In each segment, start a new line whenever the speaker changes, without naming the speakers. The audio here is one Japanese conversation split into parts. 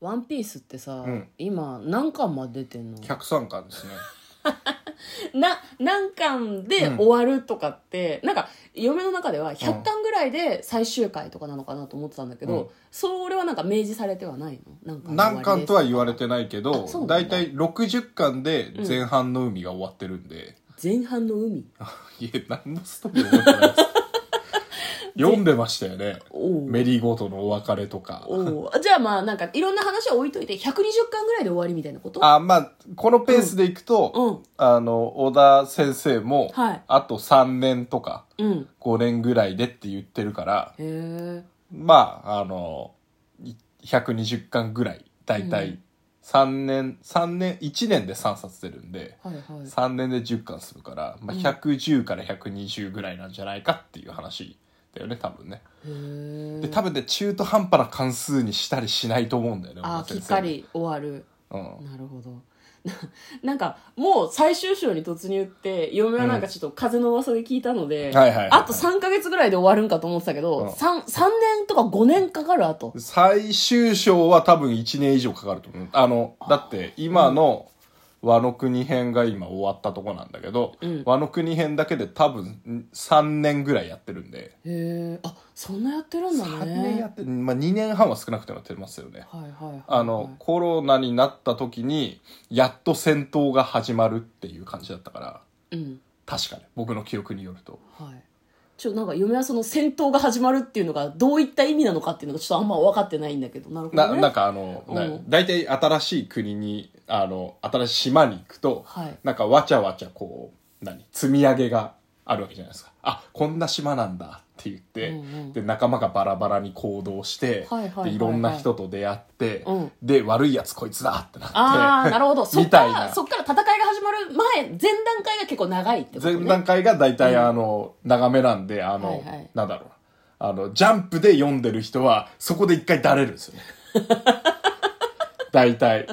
ワンピースってさ、
うん
今何巻まで出てんの
103巻ですね
な何巻で
うん
終わるとかって、なんか嫁の中では100巻ぐらいで最終回とかなのかなと思ってたんだけど、
うん
それはなんか明示されてはないの
何巻とは言われ
る
てないけど
あそうなんだ
大体60巻で前半の海が終わってる んで、
前半の海
いえ何のストーリーも覚えてないです 読んでましたよね
おう
メリーゴートのお別れとか
おうあじゃあまあなんかいろんな話は置いといて120巻ぐらいで終わりみたいなこと
あまあこのペースでいくと、
うん
あの小田先生も、
はい
あと3年とか
うん
5年ぐらいでって言ってるから
へえ
まああのい120巻ぐらい大
う
体3年3年1年で3冊出るんで
はいはい
3年で10巻するから、まあ、
うん
110から120ぐらいなんじゃないかっていう話だよね多分ね
へえ
で多分ね中途半端な関数にしたりしないと思うんだよね
あ
小
き
田
っ
先生
かり終わる
うん
なるほど ななんかもう最終章に突入って嫁はなんかちょっと風の噂で聞いたので、
はいはいはいはい
あと3か月ぐらいで終わるんかと思ってたけど、
うん
三三 3, 年とか5年かかるあと
最終章は多分1年以上かかると思うあのだって今の和の国編が今終わったとこなんだけど、
うん
和の国編だけで多分3年ぐらいやってるんで、
へえあそんなやってるんだね
3年やってる、まあ、2年半は少なくてもやってますよね
はいはいはいはい
あの、コロナになった時にやっと戦闘が始まるっていう感じだったから
うん
確かね僕の記憶によると
はいちょなんか嫁はその戦闘が始まるっていうのがどういった意味なのかっていうのがちょっとあんま分かってないんだけどなるほど
な
ね
なんかあの、
うん
な大体新しい国にあの新しい島に行くと、
はい
なんかわちゃわちゃこう何積み上げがあるわけじゃないですかあこんな島なんだって言って、
うんうん
で仲間がバラバラに行動して、
はいはいはいはい
でいろんな人と出会って、
うん
で悪いやつこいつだってなって
ああなるほどそっ
みた
か
いな
らそっから戦いが始まる前前段階が結構長いってことね
前段階が大体
うん
あの、長めなんであの、
はいはい
なんだろうあのジャンプで読んでる人はそこで一回だれるん ですよね大体。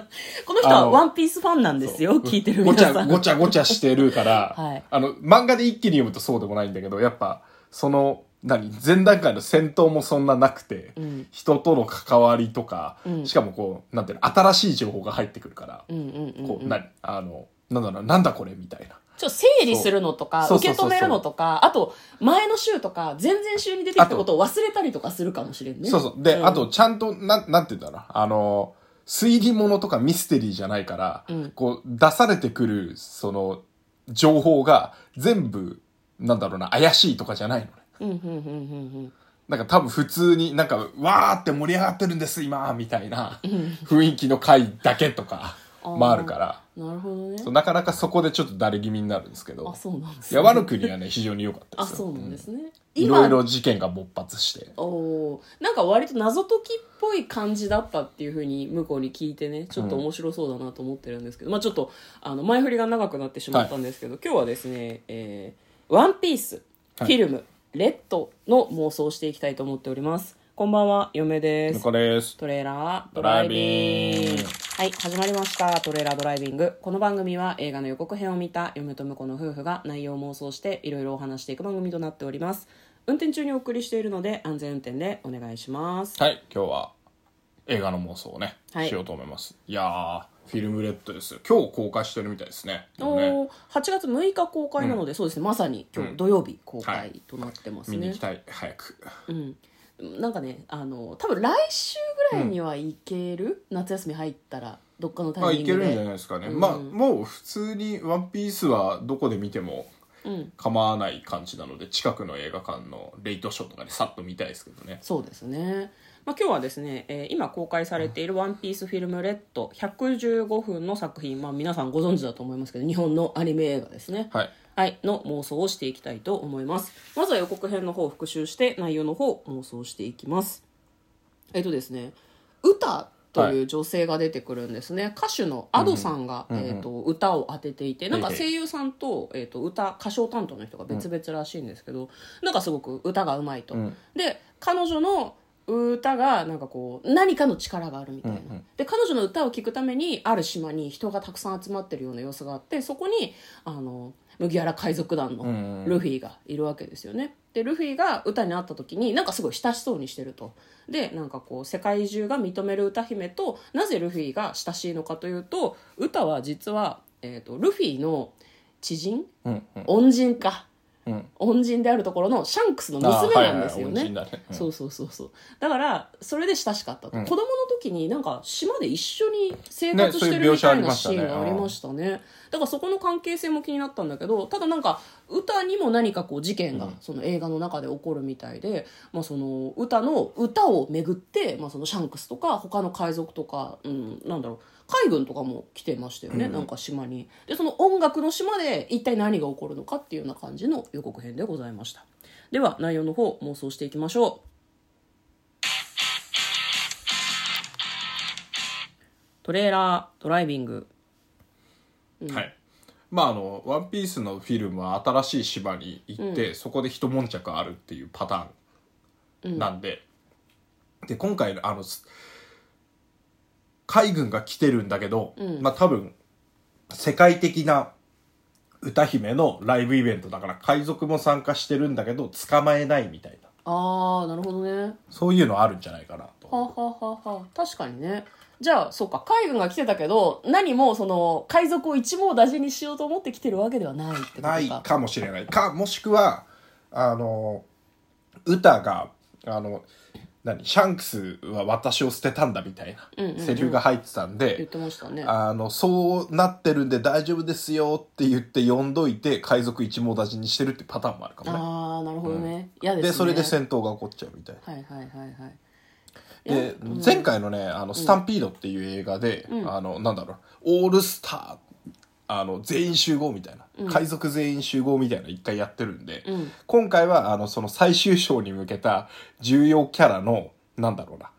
この人は
あの
ワンピースファンなんですよ、聞いてる
ご
皆
ち
さ
ゃ
ん。
ごちゃごちゃしてるから、
はい
あの漫画で一気に読むとそうでもないんだけどやっぱその何前段階の戦闘もそんななくて、
うん
人との関わりとか、
うん
しかもこうなんていうの新しい情報が入ってくるから、
うんうんうん、
こ
う。
うん何あのなんだろうなんだこれみたいな。
ちょっと整理するのとか、
そう
受け止めるのとか、あと、前の週とか、前々週に出てきたことを忘れたりとかするかもしれんね。
そうそうで、
ん
あと、ちゃんとなんなんて言うんだろうあの推理物とかミステリーじゃないから、
うん
こう出されてくるその情報が全部なんだろうな怪しいとかじゃないのね。
うんうんうんうん
なんか多分普通になんか、わーって盛り上がってるんです、今みたいな雰囲気の回だけとか、
あー
もあるから
うん。なるほどね
そう、。なかなかそこでちょっとだれ気味になるんですけ
あ、
ど、
そうなんですね。
山の国はね、非常に良かった
あ、
ですよ。
そうなんですね。
うんい
今
ろいろ事件が勃発して。
おーなんか割と謎解きっぽい感じだったっていうふうに向こうに聞いてねちょっと面白そうだなと思ってるんですけど、まあちょっとあの前振りが長くなってしまったんですけど、今日はですね「えーワンピースフ
はい
ィルム、レッドの妄想をしていきたいと思っておりますこんばんは嫁で
向
す
こうです。
トレーラード
ド
ラ
ラ
イ
イ
ビ
ビ
ン
ン
グ
グ
はい始まりましたトレーラードライビングこの番組は映画の予告編を見た嫁と婿の夫婦が内容を妄想していろいろお話していく番組となっております運転中にお送りしているので安全運転でお願いします
はい、今日は映画の妄想をね、
はい
しようと思います。いやー、フィルムレッドですよ。今日公開してるみたいですね。でもね
おー8月6日公開なので、そうですねまさに今
う
日
ん
土曜日公
は
開
い
となってます
見に行
ね
き、たい、早く。
うん、なんかねあの多分来週ぐらいには行ける、夏休み入ったらどっかの
ま
タ
あ、
イミ
い
ン
け
グで
るんじゃないですかね。
うん
まあ、もう普通にワンピースはどこで見ても
うん、
構わない感じなので、近くの映画館のレイトショーとかでさっと見たいですけどね。
そうですね、まあ、今日はですね、えー今公開されている「ワンピースフィルムレッド115分の作品、まあ、皆さんご存知だと思いますけど日本のアニメ映画ですね、
はい。
はい、の妄想をしていきたいと思いますまずは予告編の方を復習して内容の方を妄想していきますえっとですね歌という女性が出てくるんですね、歌手の Ado さんが、えー、と歌を当てていてなんか
ええ
声優さんと,、えー、と歌歌唱担当の人が別々らしいんですけど、なんかすごく歌がうまいと、
うん
で彼女の歌がなんかこう何かの力があるみたいな、
うんうん
で彼女の歌を聴くためにある島に人がたくさん集まってるような様子があってそこにあの麦わら海賊団の
うんうん
ルフィがいるわけですよね。でルフィが歌に会った時になんかすごい親しそうにしてると。でなんかこう世界中が認める歌姫となぜルフィが親しいのかというと歌は実は、えー、とルフィの知人
うんうん
恩人か
うん
恩人であるところのシャンクスの
あ
娘
ーはい
なんですよね。
はいはい恩人だねうん
そうそうそうそうだからそれで親しかったと、
うん
子供の時になんか島で一緒に生
ね
活
そ
し
う
て
いう
る
描
み
写
た
あ
い
り
な
ました
シ
ね
ーンがありましたねだからそこの関係性も気になったんだけどただなんか歌にも何かこう事件がその映画の中で起こるみたいで、まあ、その歌の歌を巡って、まあ、そのシャンクスとか他の海賊とか、うん、なんだろう海軍とかも来てましたよね、
うん
なんか島にでその音楽の島で一体何が起こるのかっていうような感じの予告編でございましたでは内容の方妄想していきましょうトレーラードライビング
はい。まああの、ワンピースのフィルムは新しい島に行って、そこで一悶着あるっていうパターンなんで、で、今回のあの、す海軍が来てるんだけど、まあ多分、世界的な歌姫のライブイベントだから海賊も参加してるんだけど、捕まえないみたいな、
ああなるほどね
そういうのあるんじゃないかなと。
はあ、はあはあはあ、確かにねじゃあそうか海軍が来てたけど何もその海賊を一網打尽にしようと思って来てるわけではないってことか
ないかもしれないかもしくはあの歌があの何シャンクスは私を捨てたんだみたいなセリフが入ってたん
言っ
で、
てましたね
あのそうなってるんで大丈夫ですよって言って呼んどいて海賊一網打尽にしてるってパターンもあるかもね。
ああなるほどね、嫌
で
ですね
それで戦闘が起こっちゃうみたいな。
はいはいはいはいいや
で前回のね「あのスタンピード」っていう映画で、あのなんだろうオールスターあの全員集合みたいな、海賊全員集合みたいな一回やってるんで、
ん
今回はあのその最終章に向けた重要キャラのなんだろうな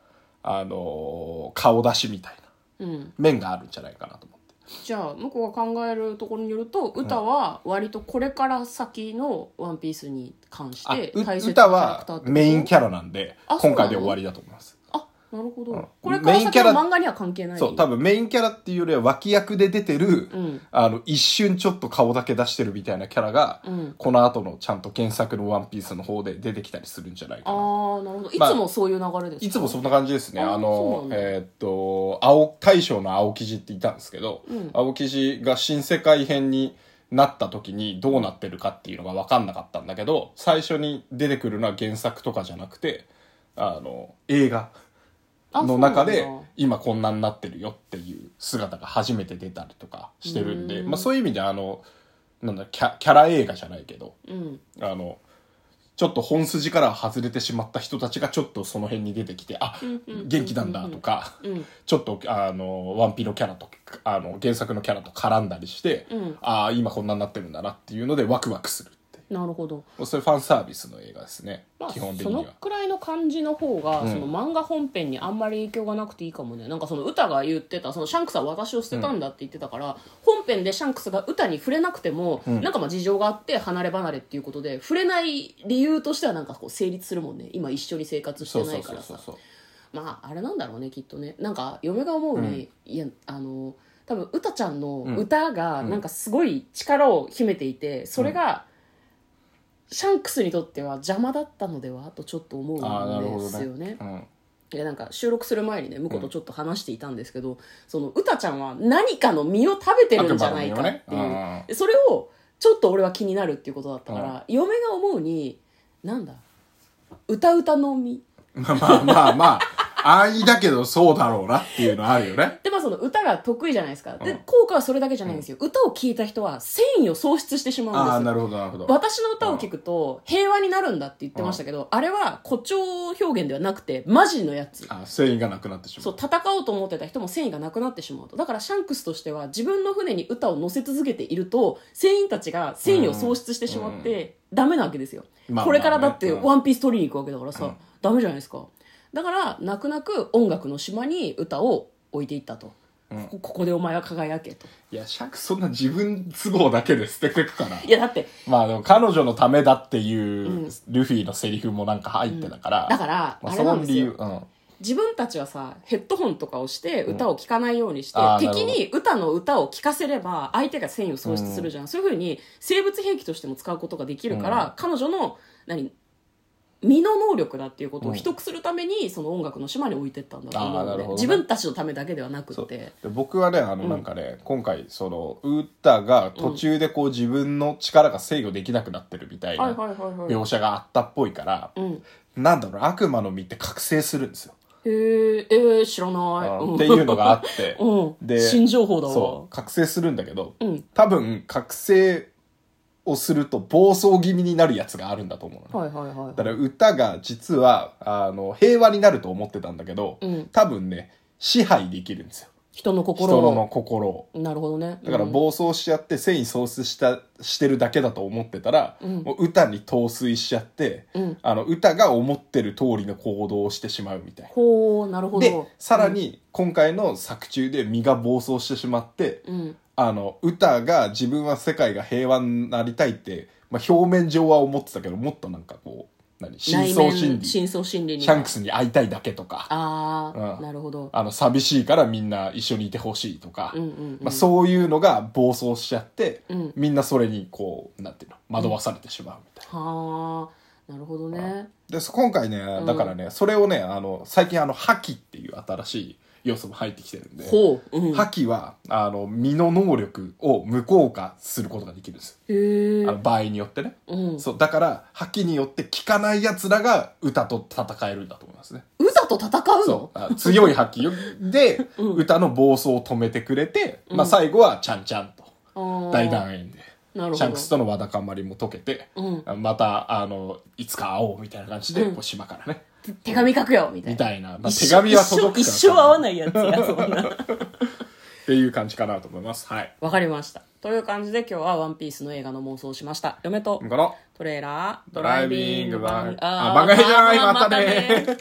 あのー顔出しみたいな
うん、
面があるんじゃないかなと思って。
じゃあ向こうが考えるところによると歌は割とこれから先の「ワンピースに関し
あ
て
う
大切なキ
歌
ャラクター
はメインキ
ャ
ャラなんで
あそうな
今
の
回で終わりだと思います。
あなるほど、
ん
これから
メイン
先
キャ
の
ラ
漫画には関係ない
そう多分メインキャラっていうよりは脇役で出てる、
ん
あの一瞬ちょっと顔だけ出してるみたいなキャラが、
うん
この後のちゃんと原作の「ワンピースの方で出てきたりするんじゃないか
あ
な
あなるほどい
まあ
つもそういう流れですか、
いつもそんな感じですね
あ
あ
そ
の
うなんだ
えーっと青大将の青生地っていたんですけど、
うん
青生地が新世界編になった時にどうなってるかっていうのが分かんなかったんだけど最初に出てくるのは原作とかじゃなくてあの映画
あ
の中で
そうなんだ
今こんなになってるよっていう姿が初めて出たりとかしてるんで
うん
まあ、そういう意味であのなんだキャキャラ映画じゃないけど
うん
あのちょっと本筋からは外れてしまった人たちがちょっとその辺に出てきてあ
うんうん
元気なんだとか
うん
ちょっとあのワンピのキャラとあの原作のキャラと絡んだりして、
うん
ああ今こんなになってるんだなっていうのでワクワクするってい
なるほど
うそういうファンサービスの映画ですね、
まあ、
基本的
そ
に
の
は。
くらいの感じの方が、
うん
その漫画本編にあんまり影響がなくていいかもねなんかその歌が言ってたそのシャンクスは私を捨てたんだって言ってたから、本編でシャンクスが歌に触れなくても、
ん
なんかまあ事情があって離れ離れっていうことで触れない理由としてはなんかこう成立するもんね今一緒に生活し
そ
て
う
な
そ
いうか
そう
らさ
そうそう
まああれなんだろうねきっとねなんか嫁が思うに、いやあの多分歌ちゃんの歌がなんかすごい力を秘めていて、それが、シャンクスにとっては邪魔だったのではとちょっと思
ああなる
うん
ほ
ですよ
ど
ね
ね。。うん
いやなんか収録する前にね向こうとちょっと話していたんですけど、その歌ちゃんは何かの実を食べてるんじゃないかって
悪魔
いう、
の実をね
それをちょっと俺は気になるっていうことだったから、嫁が思うになんだ歌歌の実
まあまあまあまあ、安易だけどそうだろうなっていうのあるよね。
でまあその歌が得意じゃないですか、で
うん
効果はそれだけじゃないんですよ、歌を聴いた人は繊維を喪失してしまうんですよ
ああ、なるほど、なるほど。
私の歌を聴くと平和になるんだって言ってましたけど、あれは誇張表現ではなくてマジのやつ
あ繊維がなくなってしま。
そうう戦おうと思ってた人も繊維がなくなってしまうとだからシャンクスとしては自分の船に歌を乗せ続けていると船員たちが繊維を喪失してしまってダメなわけですよ、
まあ
これからだって
まあねうん
ワンピース取りに行くわけだからさ、
うん
ダメじゃないですかだから泣く泣く音楽の島に歌を置いていったと
うん
こここでお前は輝けと
いや、シャクそんな自分都合だけで捨ててくから。
いやだって
まあでも彼女のためだっていううルフィのセリフもなんか入ってたから。
だから、
ま
あ
あそ
れな
の
んです
理
よ
由、うん。
自分たちはさヘッドホンとかをして歌を聴かないようにして、
あー
敵に歌の歌を聴かせれば相手が戦意を喪失するじゃん、そういうふうに生物兵器としても使うことができるから、
うん
彼女の何身の能力だっていうことを
うん
秘匿するために、その音楽の島に置いてったんだと思う
あーな
の
る
で、
ほどね
自分たちのためだけではなく
そう
て
で僕はねあのなんかね、今回そのウッタが途中でこう自分の力が制御できなくなってるみたい
はい
な
はいはいは
描写があったっぽいから、
い、うん、
なんだろう悪魔の実って覚醒するんですよ、
へーえー、知らない、
うん
ん
っていうのがあっ て、
うん、
で
新情報だわ
そう覚醒するんだけど、
うん
多分覚醒をすると暴走気味になるやつがあるんだと思うのね、
はいはいはい
だから歌が実はあの平和になると思ってたんだけど、
うん
多分ね支配できるんですよ
人の
人
心を
の心を。
なるほどね
だから
うん
暴走しちゃって繊維喪失したしてるだけだと思ってたら、
うん
もう歌に陶酔しちゃって、
うん
あの歌が思ってる通りの行動をしてしまうみたい
ほうなるほど
でさらに今回の作中で身が暴走してしまって、
うん
あの歌が自分は世界が平和になりたいって、まあ、表面上は思ってたけどもっとなんかこう何深層
内
心
面
理
深層心理に
シャンクスに会いたいだけとか
ああ、
うん
なるほど
あの寂しいからみんな一緒にいてほしいとか、
うんうんうん
まあ、そういうのが暴走しちゃって、
うん
みんなそれにこうなんていうの惑わされてしまうみたい
はあなるほどね
な、でそ今回ねだからね、それをねあの最近あの「覇気」っていう新しい要素も入ってきてるんで
ほう、うん、へ
覇気はあの身の能力を無効化することができるんです
え
あの場合によってね、
うん
そうだから覇気によって効かないやつらが歌と戦えるんだと思いますね
うざと戦うの
そうあ強い覇気よで、歌の暴走を止めてくれて、まあ、最後はちゃんちゃんと
あー
大団円で
なるほど
シャンクスとのわだかまりも解けて、またあのいつか会おうみたいな感じで、こう島からね
手紙書くよみたい
み
な
たいな、まあ、手紙は届くから
一生一生会わ
い
ないやつ やそんな
っていう感じかなと思いますはい
わかりましたという感じで今日は「ワンピースの映画の妄想をしました嫁と
この
トレーラード
ドライビング番
あー
あ番外じゃないまたね